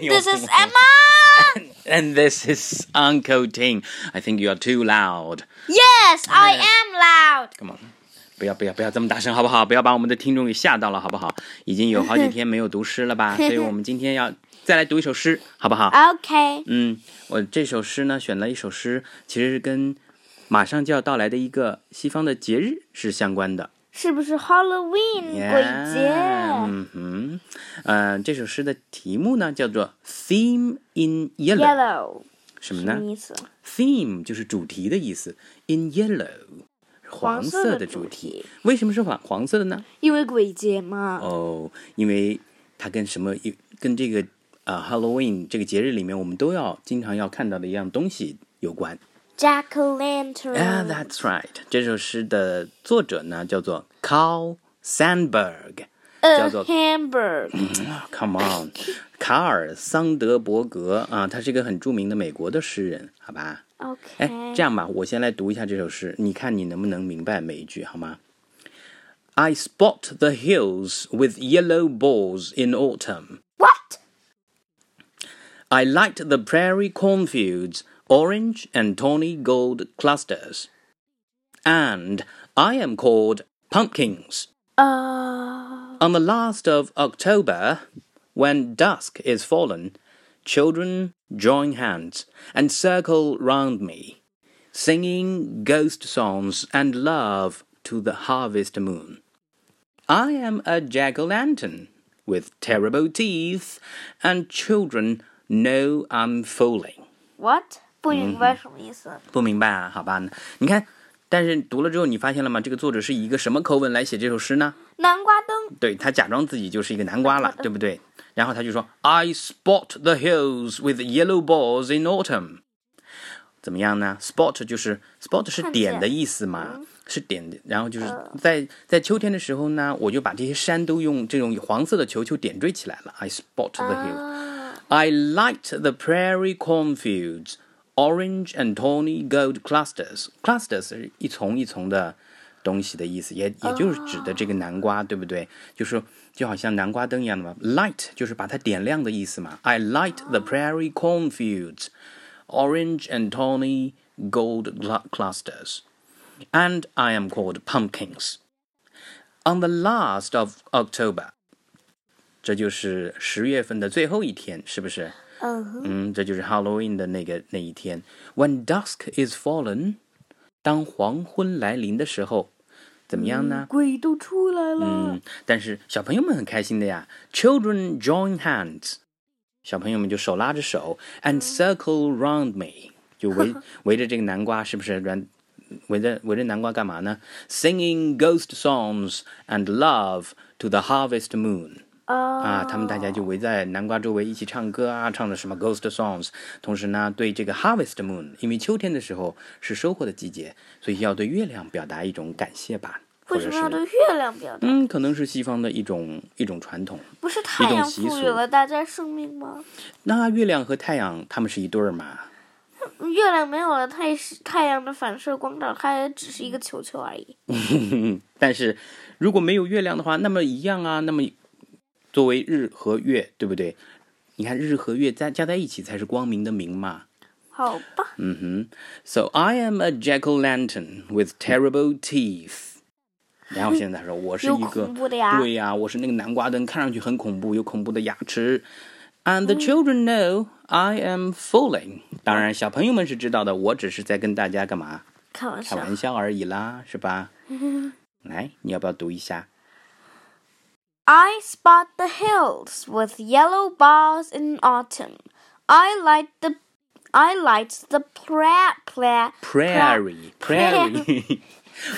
your This is voice. Emma. And this is Uncle Ting. I think you are too loud. Yes, I am loud. Come on，不要不要不要这么大声好不好？不要把我们的听众给吓到了好不好？已经有好几天没有读诗了 吧？所以我们今天要再来读一首诗好不好？ Okay. 嗯，我这首诗呢，选了一首诗，其实是跟马上就要到来的一个西方的节日是相关的。是不是 Halloween 鬼节 Yeah，嗯哼，呃，这首诗的题目呢叫做《Theme in Yellow》， ？Yellow 什么什么呢意思？ ？Theme 就是主题的意思，in yellow，黄色的主题。题，为什么是黄黄色的呢？因为鬼节嘛。哦，因为它跟什么跟这个呃 Halloween 这个节日里面我们都要经常要看到的一样东西有关。 Jack o' Lantern。 Yeah, that's right。这首诗的作者呢叫做 Carl Sandburg。叫 a 做 Hamburg。Mm. Come on，卡尔·桑德伯格啊，他是一个很著名的美国的诗人，好吧？哎 OK，。这样吧，我先来读一下这首诗，你看你能不能明白每一句，好吗？I spot the hills with yellow balls in autumn. What？ I liked the prairie cornfields, orange and tawny gold clusters. And I am called pumpkins. 呃 On the last of October, when dusk is fallen, children join hands and circle round me, singing ghost songs and love to the harvest moon. I am a jack o' lantern with terrible teeth, and children know I'm fooling. ，What？不明白什么意思。不明白啊，好吧，你看，但是读了之后，你发现了吗？这个作者是以一个什么口吻来写这首诗呢？南瓜灯。对他假装自己就是一个南瓜了，对不对？然后他就说：“I spot the hills with yellow balls in autumn。”怎么样呢？Spot 就是 spot 是看见嗯呃点的意思嘛，是点的。然后就是在在秋天的时候呢，我就把这些山都用这种黄色的球球点缀起来了。I spot the hills。啊 I liked the prairie cornfields, orange and tawny gold clusters. Clusters 是一丛一丛的东西的意思，也也就是指的这个南瓜，对不对？就是就好像南瓜灯一样的嘛。Light 就是把它点亮的意思嘛。I liked the prairie cornfields, orange and tawny gold cl- clusters, and I am called pumpkins. On the last of October. 这就是十月份的最后一天，是不是？嗯哼，嗯，这就是 Halloween 的那个那一天。When dusk is fallen，当黄昏来临的时候，怎么样呢？鬼都出来了嗯。，但是小朋友们很开心的呀。Children join hands，小朋友们就手拉着手，and circle round me，就 围围着这个南瓜，是不是？然围着围着南瓜干嘛呢？Singing ghost songs and love to the harvest moon。啊，Uh，啊他们大家就围在南瓜周围一起唱歌啊，唱的什么 ghost songs。同时呢，对这个 harvest moon，因为秋天的时候是收获的季节，所以要对月亮表达一种感谢吧，或为者什么是要对月亮表达？嗯，可能是西方的一种一种传统。不是太一阳种习俗赋予了大家生命吗？那月亮和太阳它们是一对儿嘛？ 嗯月亮没有了太太阳的反射光照，它也只是一个球球而已。但是如果没有月亮的话，那么一样啊，那么作为日和月，对不对？你看日和月加加在一起才是光明的明嘛。好吧，嗯哼，So I am a jack o' lantern with terrible teeth。然后现在说，我是有一个恐怖的呀对呀、我是那个南瓜灯，看上去很恐怖，有恐怖的牙齿。And the children know I am fooling。当然，小朋友们是知道的，我只是在跟大家干嘛开玩开笑。玩笑而已啦，是吧？来，你要不要读一下？ I spot the hills with yellow balls in autumn. I like the I liked the pra pra Prairie, prairie,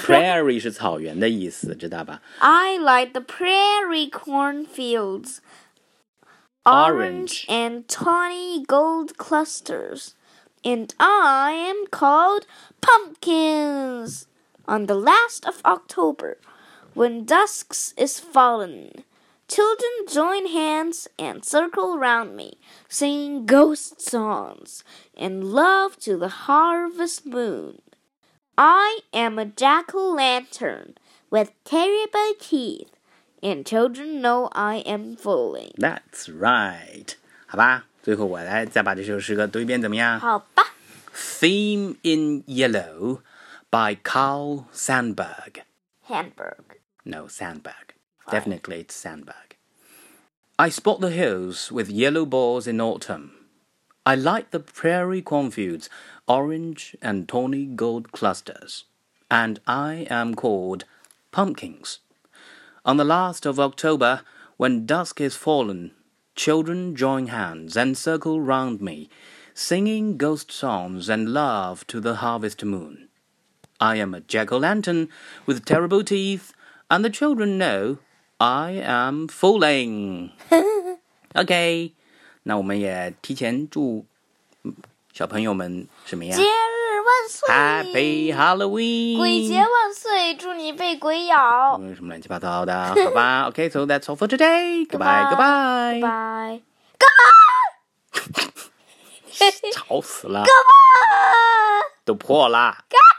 prairie 是草原的意思，知道吧 I like the prairie cornfields. Orange. and tawny gold clusters. And I am called pumpkins on the last of October, when dusk is fallen. Children join hands and circle round me, singing ghost songs and love to the harvest moon. I am a jack o' lantern with terrible teeth, and children know I am fooling. ？That's right，好吧，最后我来再把这首诗歌读一遍，怎么样？好吧。 Theme in Yellow by Carl Sandburg. Hamburg. No, Sandburg. Definitely it's Sandburg. I spot the hills with yellow balls in autumn. I light the prairie cornfields, orange and tawny gold clusters. And I am called pumpkins. On the last of October, when dusk is fallen, children join hands and circle round me, singing ghost songs and love to the harvest moon. I am a jack o' lantern with terrible teeth, and the children know I am fooling. OK，那我们也提前祝嗯 Hm, 小朋友们什么呀节日万岁？Happy Halloween！鬼节万岁！祝你被鬼咬。嗯什么乱七八糟的，好吧？OK，so、that's all for today. Goodbye, Goodbye. goodbye. Bye. 吵死了， Goodbye. 都破啦。 Goodbye.